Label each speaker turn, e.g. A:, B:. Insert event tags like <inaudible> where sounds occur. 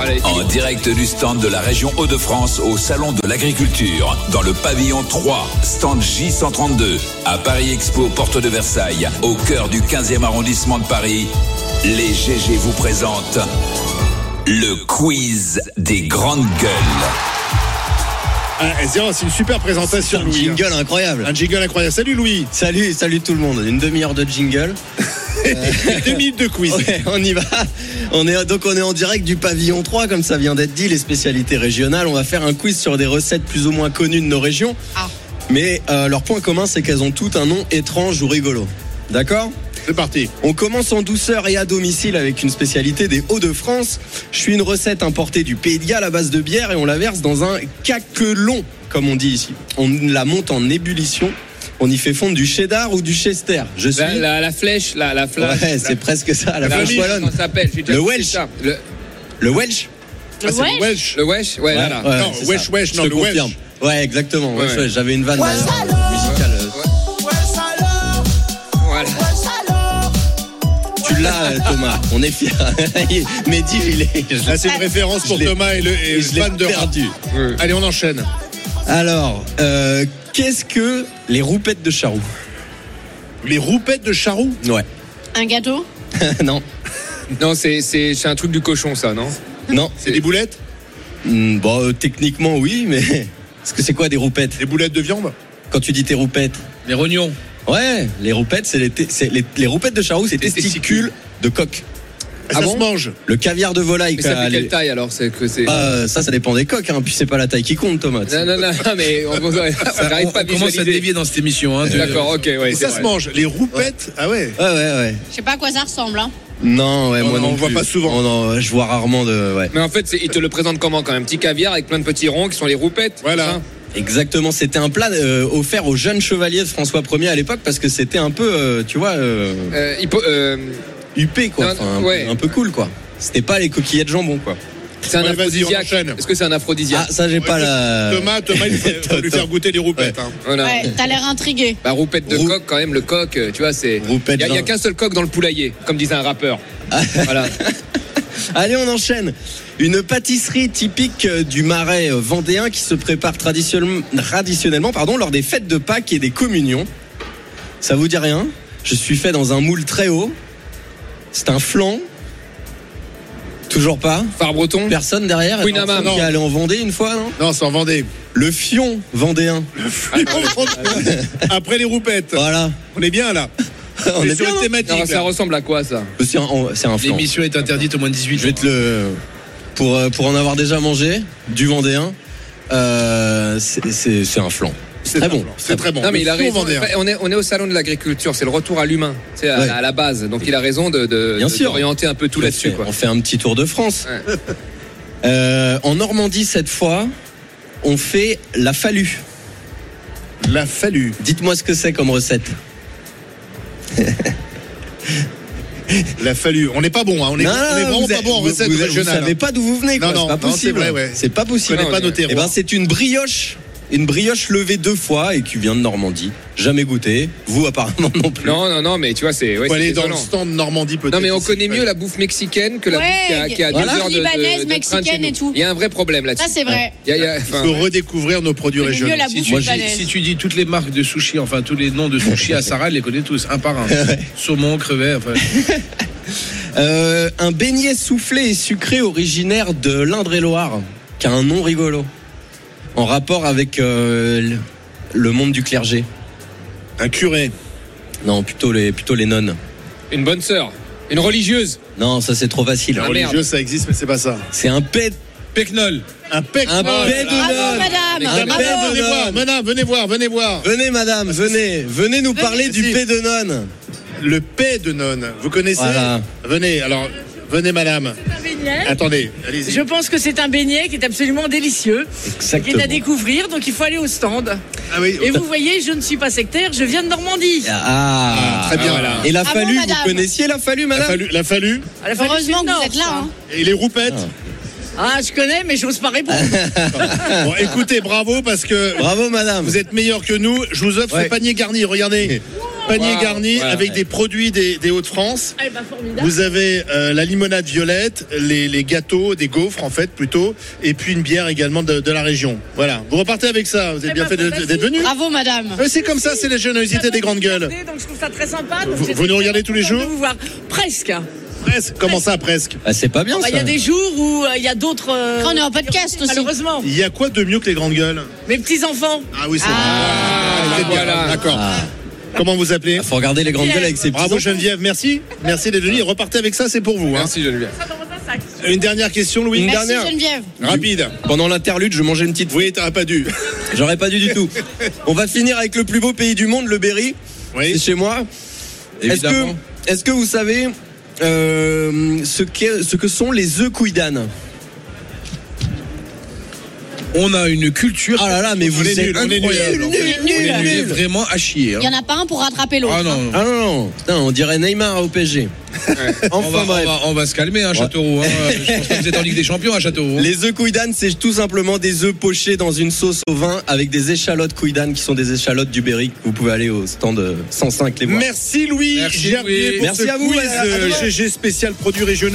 A: allez.
B: En direct du stand de la région Hauts-de-France au Salon de l'Agriculture, dans le pavillon 3, stand J132, à Paris Expo, porte de Versailles, au cœur du 15e arrondissement de Paris, les GG vous présentent le quiz des grandes gueules.
C: Ah, et c'est vrai, c'est une super
D: <laughs>
C: présentation,
D: Un
C: Louis.
D: jingle incroyable.
C: Un jingle incroyable. Salut,
D: <laughs>
C: Louis.
D: Salut, salut tout le monde. Une demi-heure de jingle.
C: Deux minutes de quiz.
D: Ouais, on y va. On est, donc on est en direct du pavillon 3, comme ça vient d'être dit, les spécialités régionales. On va faire un quiz sur des recettes plus ou moins connues de nos régions.
E: Ah.
D: Mais euh, leur point commun, c'est qu'elles ont toutes un nom étrange ou rigolo. D'accord
C: C'est parti.
D: On commence en douceur et à domicile avec une spécialité des Hauts-de-France. Je suis une recette importée du Pays de Galles à base de bière et on la verse dans un caquelon, comme on dit ici. On la monte en ébullition. On y fait fondre du cheddar ou du chester. Je suis.
A: La, la- la flèche, la, Ben, la flamme.
D: Ouais, c'est presque ça, la
A: la
D: flèche
A: flèche,
D: wallonne.
A: comment ça s'appelle J'ai déjà
D: Le
A: fait
D: Welsh.
A: ça. Le,
D: Le Welsh
C: Ah, c'est
E: Ouais.
C: le Welsh.
A: le Wesh Ouais, là, là.
D: Ouais,
C: Non,
D: c'est
C: wesh,
D: ça.
C: wesh,
D: Je
C: non,
D: te
C: le wesh.
D: confirme. Ouais, exactement. wesh,
A: Ouais.
D: wesh. J'avais une vanne euh, musicale. euh,
A: Voilà.
D: Tu l'as, euh, Thomas. On est fiers. <laughs> Mais dis, il est. je-
A: Ah,
C: Là, Ah, c'est une référence pour
D: Je l'ai-
C: Thomas et le et
D: je l'ai
C: fan de rap.
D: perdu.
A: Ouais.
C: Allez, on enchaîne.
D: Alors, euh, qu'est-ce que les roupettes de Charroux
C: Les roupettes de Charroux.
D: Ouais.
E: Un gâteau
D: <laughs> non.
A: Non, c'est- c'est c'est un truc du cochon, ça, non
D: Non.
C: C'est des boulettes
D: Hmm, bon, euh, techniquement, oui, mais. <laughs> Parce que c'est quoi des roupettes
C: Des boulettes de viande
D: Quand tu dis tes roupettes.
A: Les rognons.
D: Ouais, les roupettes, c'est les, te- c'est les, les roupettes de Charroux, c'est
A: Des
D: testicules,
A: testicules.
D: de coq.
C: Ah, Ça
A: bon
C: se mange.
D: Le caviar de volaille.
A: Mais ça
D: qu'a-
A: fait
D: les-
A: quelle taille alors c'est que c'est...
D: Bah, euh, ça, ça dépend des coqs, hein. Puis c'est pas la taille qui compte, Thomas.
A: Non, non, non, non, mais on n'arrive pas à
F: commence à
A: visualiser.
F: dévier dans cette émission. Hein, de-
A: D'accord, ok, ouais.
C: Et
A: c'est
C: ça se
A: vrai.
C: mange. Les roupettes. Ah ouais.
D: Ouais, ouais, ouais.
E: Je sais pas à quoi ça ressemble. Hein.
D: Non, ouais,
C: On
D: moi
C: en
D: non
C: voit
D: plus.
C: pas souvent.
D: Oh non, je vois rarement de. Ouais.
A: Mais en fait, c'est- ils te le présentent comment quand même Un petit caviar avec plein de petits ronds qui sont les roupettes
C: Voilà.
A: c'est ça
D: Exactement, c'était un plat euh, offert aux jeunes chevaliers de François Ier à l'époque parce que c'était un peu, euh, tu vois, euh,
A: Euh, il peut- euh,
D: huppé quoi,
A: Non,
D: Enfin, un, peu-
A: ouais.
D: un peu cool quoi. C'était pas les coquillettes jambon quoi.
A: C'est un
C: Ouais, vas-y, on
A: aphrodisiaque.
C: enchaîne.
A: Est-ce que c'est un
D: Ah,
A: aphrodisiaque
D: ça j'ai pas la.
C: Thomas, Thomas,
D: <laughs>
C: il faut- faut lui faire goûter les roupettes. hein.
F: Ben,
A: Voilà.
E: Ouais, t'as l'air intrigué.
A: Bah, roupette de
D: Rou-
A: coq, quand même, le coq, euh, tu vois, c'est. Il
D: Roupette
A: n'y a, y a
D: d'un-
A: qu'un seul coq dans le poulailler, comme disait un rappeur. voilà.
D: Allez, on enchaîne. Une pâtisserie typique euh, du marais euh, vendéen qui se prépare traditionnellement, traditionnellement pardon, lors des fêtes de Pâques et des communions. Ça vous dit rien Je suis fait dans un moule très haut. C'est un flan. Toujours pas
A: Phare breton
D: Personne derrière
A: Hum. Oui,
D: Non,
A: Nama,
D: c'est
A: non.
D: qui est allé en Vendée une fois, non
C: Non, c'est en
D: <laughs>
C: Vendée.
D: Le fion vendéen.
C: Après les roupettes.
D: Voilà. <laughs>
C: On est bien là.
D: On est
C: sur
D: bien,
C: une
D: non
C: thématique.
A: Non,
C: là.
A: ça ressemble à quoi, ça
D: C'est un, c'est un flan.
F: L'émission est interdite au moins de 18
D: Je vais te le. Pour, euh, pour en avoir déjà mangé, du vendéen, euh, c'est- c'est c'est un flan. C'est très
C: très
D: bon.
C: blanc. C'est très bon.
A: Non, mais il a
C: Le
A: raison.
C: four vendéen.
A: On est, on est au salon de l'agriculture, c'est le retour à l'humain, tu sais, à,
D: Ouais.
A: à la base. Donc il a raison de, de,
D: Bien
A: de-
D: sûr.
A: d'orienter un peu tout
D: On
A: là-dessus,
D: fait-
A: quoi.
D: On fait un petit tour de France.
A: Ouais.
D: <laughs> Euh, en Normandie, cette fois, on fait la fallue.
C: La fallu.
D: Dites-moi ce que c'est comme recette.
C: La fallu. On n'est pas bon. hein. On est, on est vraiment
D: vous
C: pas
D: êtes-
C: bon en
D: vous-
C: recette
D: vous, vous
C: régionale. hein.
D: savez pas d'où vous venez, quoi.
C: Non, non,
D: c'est pas
C: non, c'est
D: possible.
C: vrai, ouais.
D: C'est pas
C: On
D: possible.
C: connaît pas nos terroirs.
D: Eh ben, c'est une brioche. Une brioche levée deux fois et qui vient de Normandie. Jamais goûté. Vous, apparemment, non plus.
A: Non, non, non, mais tu vois, c'est. ouais,
C: Faut
A: c'est
C: aller dans le
A: désolant.
C: stand Normandie peut-être.
A: Non mais on
C: ici.
A: connaît
C: Ouais.
A: mieux la bouffe mexicaine que la
E: Ouais,
A: bouffe qui a, qui a
D: voilà.
A: deux heures de, de-
E: Libanaise,
A: de train
E: mexicaine
A: chez nous.
E: et tout.
A: Il y a un vrai problème
E: Ça,
A: là-dessus.
E: c'est vrai.
A: Il y a- il y a-
C: Il
A: enfin,
C: faut redécouvrir nos produits
E: On est mieux
C: régionaux.
E: la
F: Si
E: bouffe
F: tu, dis,
E: libanaise.
F: si tu dis toutes les marques de sushis, enfin tous les noms de sushis à Sarah, elle les connaît tous,
D: <laughs>
F: un par un. Saumon, crevet, enfin.
D: Euh, un beignet soufflé et sucré originaire de l'Indre-et-Loire, qui a un nom rigolo. En rapport avec euh, le- le monde du clergé.
C: Un curé.
D: Non, plutôt les, plutôt les nonnes.
A: une bonne sœur, une religieuse.
D: Non, ça c'est trop facile.
A: Ah, merde.
C: Religieux, ça existe, mais c'est pas ça.
D: C'est un pet,
F: Pecnol
C: Un pec.
D: un
A: là
D: pet de
A: là.
E: Bravo,
D: nonne.
A: Ah,
E: madame.
D: Un
C: Madame,
D: pet
E: Bravo.
D: de
C: venez voir,
D: nonne.
C: madame, venez voir, venez voir.
D: Venez madame, venez, venez nous parler du
C: si.
D: pet de nonne.
C: Le paix de nonne. Vous connaissez
D: Voilà.
C: Venez, alors, venez, madame. Attendez, allez-y.
G: Je pense que c'est un beignet qui est absolument délicieux, qui est à
D: Exactement.
G: découvrir, donc il faut aller au stand.
C: Ah oui,
G: Et vous voyez, je ne suis pas sectaire, je viens de Normandie.
D: Ah,
C: très bien.
A: voilà.
D: Et la
E: bon,
D: fallu, vous
E: madame
D: connaissiez la fallu,
C: La
D: madame
C: fallu, la fallu
G: À la fin du
E: Heureusement que
G: Sud-Nord,
E: vous êtes là.
G: ça.
E: hein.
C: et les roupettes.
G: Ah, je connais, mais j'ose pas
C: <laughs>
G: répondre.
C: Bon, écoutez, bravo parce que
D: Bravo madame.
C: vous êtes meilleurs que nous. Je vous offre
D: Ouais.
C: ce panier garni. Regardez. Panier
A: Wow,
C: garni
A: voilà,
C: avec
A: ouais.
C: des produits des, des Hauts-de-France.
G: Eh ben, formidable.
C: Vous avez euh, la limonade violette, les, les gâteaux, des gaufres en fait plutôt, et puis une bière également de, de la région. Voilà, vous repartez avec ça, vous êtes
G: Eh
C: bien
G: ben,
C: fait de-
G: merci.
C: d'être venu.
E: Bravo, madame.
C: Euh, C'est comme ça, c'est la générosité des grandes gueules.
G: Donc je trouve ça très sympa. Donc,
C: Vous-
G: j'étais
C: vous nous regardez tous les
G: contente
C: jours
G: de vous voir. Presque. Bah,
C: Presque, comment ça presque
D: Ah, c'est pas bien ça.
G: Il y a des jours où euh, il y a d'autres. euh,
E: Après, on est en podcast aussi.
G: Malheureusement.
C: Il y a quoi de mieux que les grandes gueules
G: Mes petits-enfants.
C: Ah oui, c'est
A: Ah,
C: vrai. Vous êtes bien,
A: voilà.
C: D'accord.
D: Ah.
C: Comment vous appelez
D: Faut regarder les grandes gueules avec ses
C: Bravo
D: petits.
C: Geneviève, merci. Merci les Denis, repartez avec ça, c'est pour vous. hein.
A: Merci Geneviève.
C: Une dernière question, Louis. Une
E: Merci,
C: dernière.
E: Geneviève.
C: Rapide.
D: Pendant l'interlude, je mangeais une petite
C: Oui, t'aurais pas dû.
D: J'aurais pas dû du tout. On va finir avec le plus beau pays du monde, le Berry. C'est
C: Oui.
D: chez moi. Est-ce que,
F: Évidemment.
D: est-ce que vous savez euh, ce, que, ce que sont les œufs couilles d'âne
F: On a une culture.
D: Ah là là, mais
C: On
D: vous
C: est
D: êtes
C: nul, on est nul,
D: incroyable.
C: alors.
D: Nul,
F: On est
D: nul,
F: nul,
D: nul.
F: vraiment à chier. hein.
E: Il n'y en a pas un pour rattraper l'autre.
F: Ah non,
E: hein.
F: non.
D: Ah non, non. Putain, on dirait Neymar au PSG.
F: on va,
D: Enfin
F: on
D: bref.
F: va- on va se calmer, hein, Châteauroux. hein. Je pense que vous êtes en Ligue des Champions à Châteauroux.
D: Les œufs couilles d'âne, c'est tout simplement des œufs pochés dans une sauce au vin avec des échalotes couilles d'âne qui sont des échalotes du Berry. Vous pouvez aller au stand euh, 105 les voir.
C: Merci Louis.
F: Merci,
C: Gerbier
F: Louis.
C: pour
D: Merci
C: ce
D: à vous,
C: quiz
D: à- à
C: euh,
D: demain.
C: GG spécial produits régionaux.